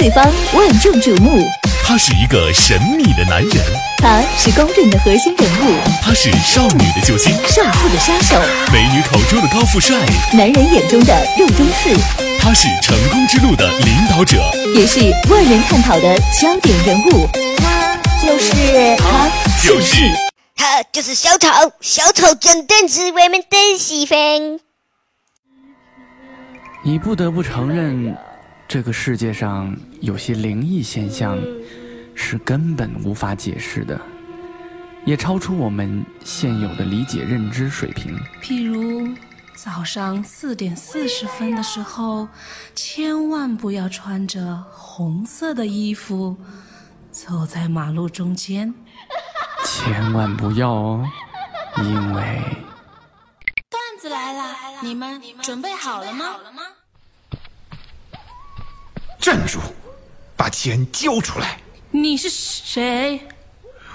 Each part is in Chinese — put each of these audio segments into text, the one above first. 对方万众瞩目。他是一个神秘的男人，他是公认的核心人物，他是少女的救星，少妇的杀手，美女口中的高富帅，男人眼中的肉中刺，他是成功之路的领导者，也是万人探讨的焦点人物。他就是他就是他就是小丑，小丑真正是我们的喜欢。你不得不承认，这个世界上有些灵异现象是根本无法解释的，也超出我们现有的理解认知水平。譬如早上四点四十分的时候，千万不要穿着红色的衣服走在马路中间。千万不要哦，因为段子来了，你们准备好了吗？站住！把钱交出来！你是谁？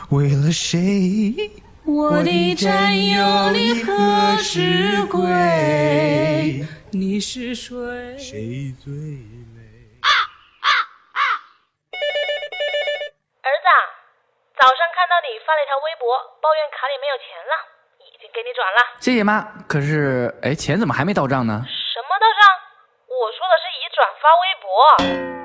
为了谁？我的战友，你何时归？你是谁？谁最儿子啊，早上看到你发了一条微博，抱怨卡里没有钱了，已经给你转了。谢谢妈。可是，哎，钱怎么还没到账呢？什么到账？我说的是已转发微博。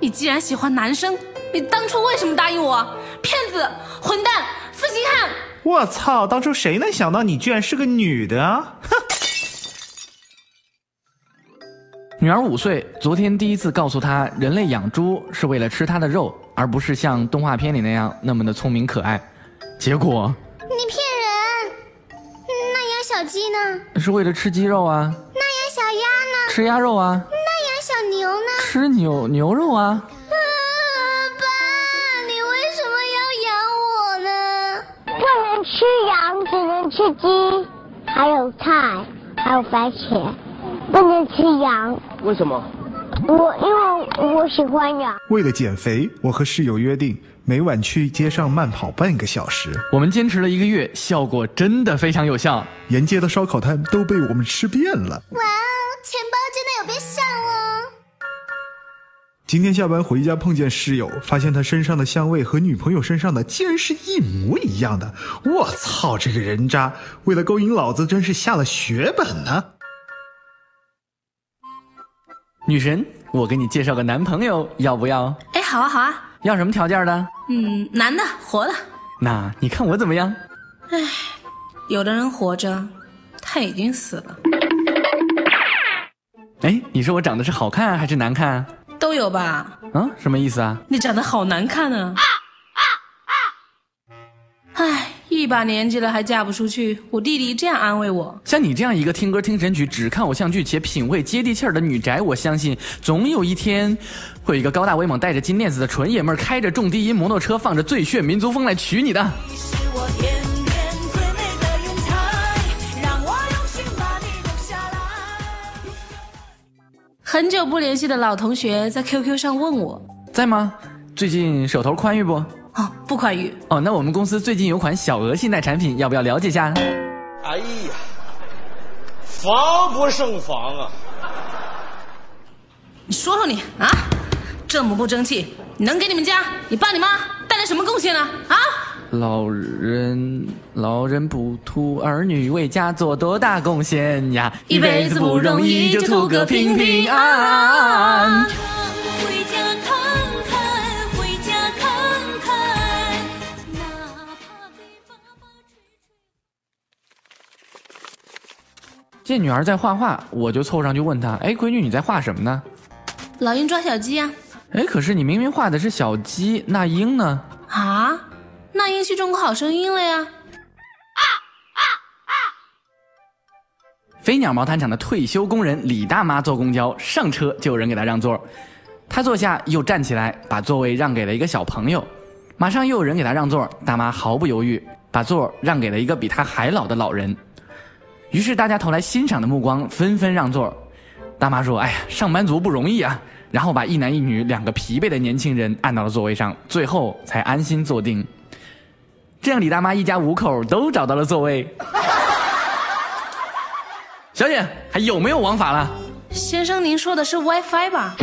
你既然喜欢男生，你当初为什么答应我？骗子、混蛋、负心汉！我操！当初谁能想到你居然是个女的啊？女儿五岁，昨天第一次告诉她，人类养猪是为了吃它的肉，而不是像动画片里那样那么的聪明可爱。结果你骗人！嗯那养小鸡呢？是为了吃鸡肉啊，那养小鸭呢？吃鸭肉啊，那养小牛呢？吃牛牛肉啊。啊，爸，你为什么要养我呢？不能吃羊，只能吃鸡，还有菜，还有番茄，不能吃羊。为什么？我因为我喜欢羊。为了减肥，我和室友约定每晚去街上慢跑半个小时。我们坚持了一个月，效果真的非常有效。沿街的烧烤摊都被我们吃遍了。哇哦，钱包真的有变相哦！今天下班回家碰见室友，发现他身上的香味和女朋友身上的竟然是一模一样的。我操，这个人渣！为了勾引老子，真是下了血本呢、女神，我给你介绍个男朋友，要不要？哎，好啊，好啊，要什么条件的？嗯，男的活的，那你看我怎么样？有的人活着，他已经死了，哎，你说我长得是好看还是难看啊？都有吧？啊，什么意思啊？你长得好难看啊！哎，一把年纪了还嫁不出去，我弟弟这样安慰我。像你这样一个听歌听神曲、只看偶像剧且品味接地气儿的女宅，我相信总有一天，会有一个高大威猛、戴着金链子的纯爷们儿，开着重低音摩托车，放着最炫民族风来娶你的。很久不联系的老同学在 QQ 上问我，在吗？最近手头宽裕不？哦，不宽裕，哦，那我们公司最近有款小额信贷产品，要不要了解一下？哎呀，防不胜防啊！你说说你啊，这么不争气，你能给你们家你爸你妈带来什么贡献呢？啊？老人老人不图儿女为家做多大贡献呀，一辈子不容易，就图个平平安安。。回家看看，回家看看，哪怕被爸爸见女儿在画画，我就凑上去问她：“哎，闺女，你在画什么呢老鹰抓小鸡呀、？”哎，可是你明明画的是小鸡，那鹰呢？啊！那英去中国好声音了呀？飞鸟毛毯厂的退休工人李大妈坐公交，上车就有人给她让座，她坐下又站起来，把座位让给了一个小朋友，马上又有人给她让座，大妈毫不犹豫把座让给了一个比她还老的老人，于是大家投来欣赏的目光，纷纷让座。大妈说：“哎呀，上班族不容易啊！”然后把一男一女两个疲惫的年轻人按到了座位上，最后才安心坐定。这样，李大妈一家五口都找到了座位。小姐，还有没有王法了？先生，您说的是 WiFi 吧？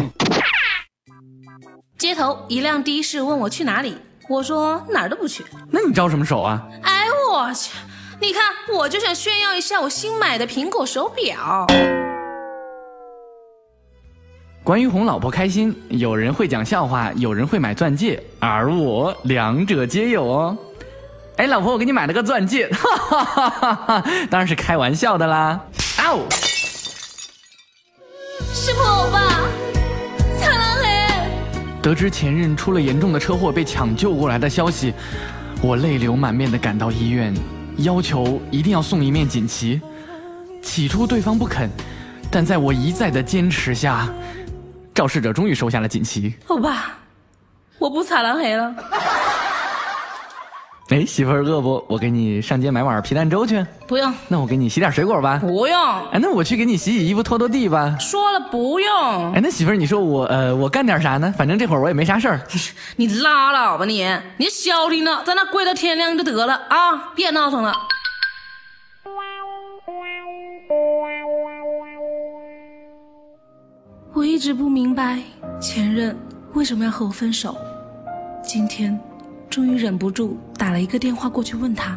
街头，一辆的士问我去哪里，我说哪儿都不去。那你招什么手啊？哎我去，你看我就想炫耀一下我新买的苹果手表。关于哄老婆开心，有人会讲笑话，有人会买钻戒，而我两者皆有哦。哎，老婆，我给你买了个钻戒， 哈哈哈哈哈哈，当然是开玩笑的啦。啊哦，是我吧？灿烂黑，得知前任出了严重的车祸被抢救过来的消息，我泪流满面地赶到医院，要求一定要送一面锦旗。起初对方不肯，但在我一再的坚持下，肇事者终于收下了锦旗。欧巴，我不惨蓝黑了。哎，媳妇儿饿不？我给你上街买碗皮蛋粥去。不用，那我给你洗点水果吧。不用。哎，那我去给你洗洗衣服、拖拖地吧。说了不用。哎，那媳妇儿，你说我呃，我干点啥呢？反正这会儿我也没啥事儿。你拉倒吧你，你消停着，在那跪到天亮就得了啊！别闹腾了。我一直不明白前任为什么要和我分手，今天终于忍不住打了一个电话过去问他，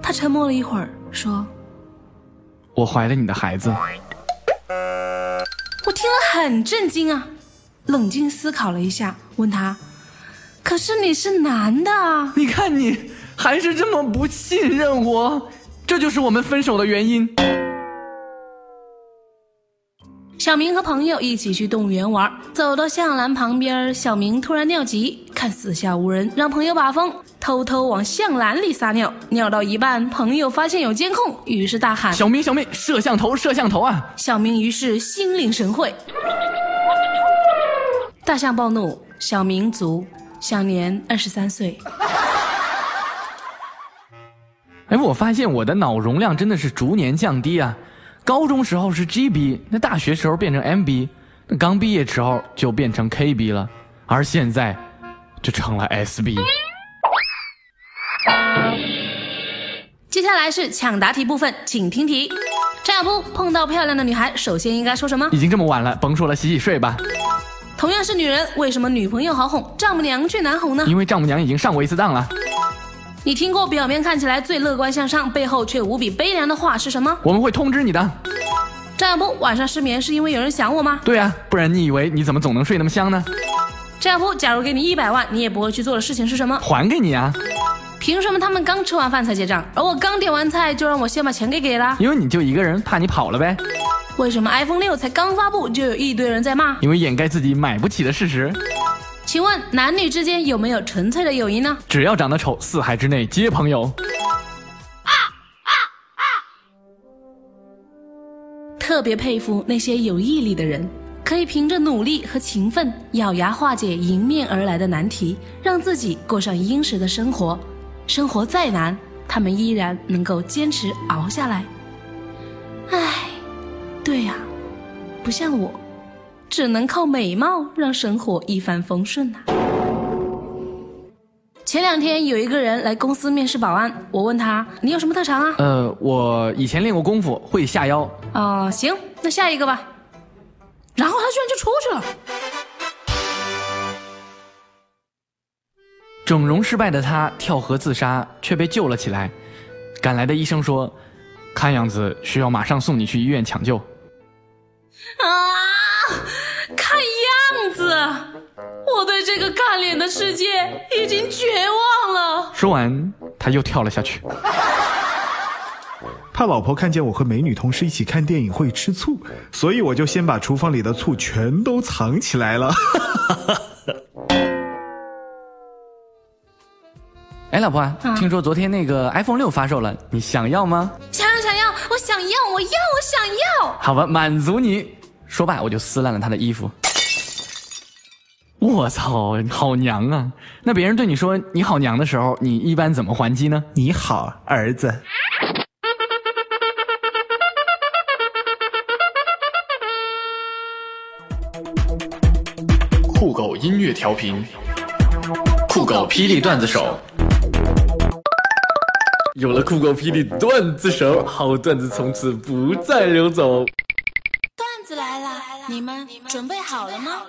他沉默了一会儿说我怀了你的孩子。：“我听了很震惊啊。”冷静思考了一下，问他：“可是你是男的啊？”你看你还是这么不信任我，这就是我们分手的原因。小明和朋友一起去动物园玩，走到向栏旁边，小明突然尿急，看四下无人，让朋友把风，偷偷往向栏里撒尿。尿到一半，朋友发现有监控，于是大喊：“小明，小明，摄像头，摄像头啊！”小明于是心领神会，大象暴怒，小明卒，享年二十三岁。哎，我发现我的脑容量真的是逐年降低啊！高中时候是 GB，那大学时候变成 MB，那刚毕业时候就变成 KB 了，而现在就成了 SB。接下来是抢答题部分，请听题：张小布碰到漂亮的女孩，首先应该说什么？已经这么晚了，甭说了，洗洗睡吧，同样是女人，为什么女朋友好哄，丈母娘却难哄呢？因为丈母娘已经上过一次当了。你听过表面看起来最乐观向上，背后却无比悲凉的话是什么？我们会通知你的。张小波晚上失眠是因为有人想我吗？对啊，不然你以为你怎么总能睡那么香呢？张小波，假如给你一百万，你也不会去做的事情是什么？还给你啊，凭什么他们刚吃完饭才结账，而我刚点完菜就让我先把钱给给了？因为你就一个人，怕你跑了呗，为什么 iPhone 六才刚发布就有一堆人在骂？因为掩盖自己买不起的事实。请问男女之间有没有纯粹的友谊呢？只要长得丑，四海之内皆朋友。特别佩服那些有毅力的人，可以凭着努力和勤奋，咬牙化解迎面而来的难题，让自己过上殷实的生活。生活再难，他们依然能够坚持熬下来。唉，对呀、不像我，只能靠美貌让生活一帆风顺呐、前两天有一个人来公司面试保安，我问他：“你有什么特长啊？”呃，我以前练过功夫，会下腰。啊、行，那下一个吧。然后他居然就出去了。整容失败的他跳河自杀，却被救了起来。赶来的医生说：“看样子需要马上送你去医院抢救。啊！看样子，我对这个看脸的世界已经绝望了”。说完，他又跳了下去。怕老婆看见我和美女同事一起看电影会吃醋，所以我就先把厨房里的醋全都藏起来了。哎，老婆啊，啊听说昨天那个 iPhone 六发售了，你想要吗？想要，想要，我想要，我要，我想要。好吧，满足你。说罢，我就撕烂了他的衣服。我操，好娘啊！那别人对你说“你好娘”的时候，你一般怎么还击呢？你好，儿子。酷狗音乐调频，酷狗霹雳段子手。有了酷狗霹雳段子手，好段子从此不再流走。段子来了，你们准备好了吗？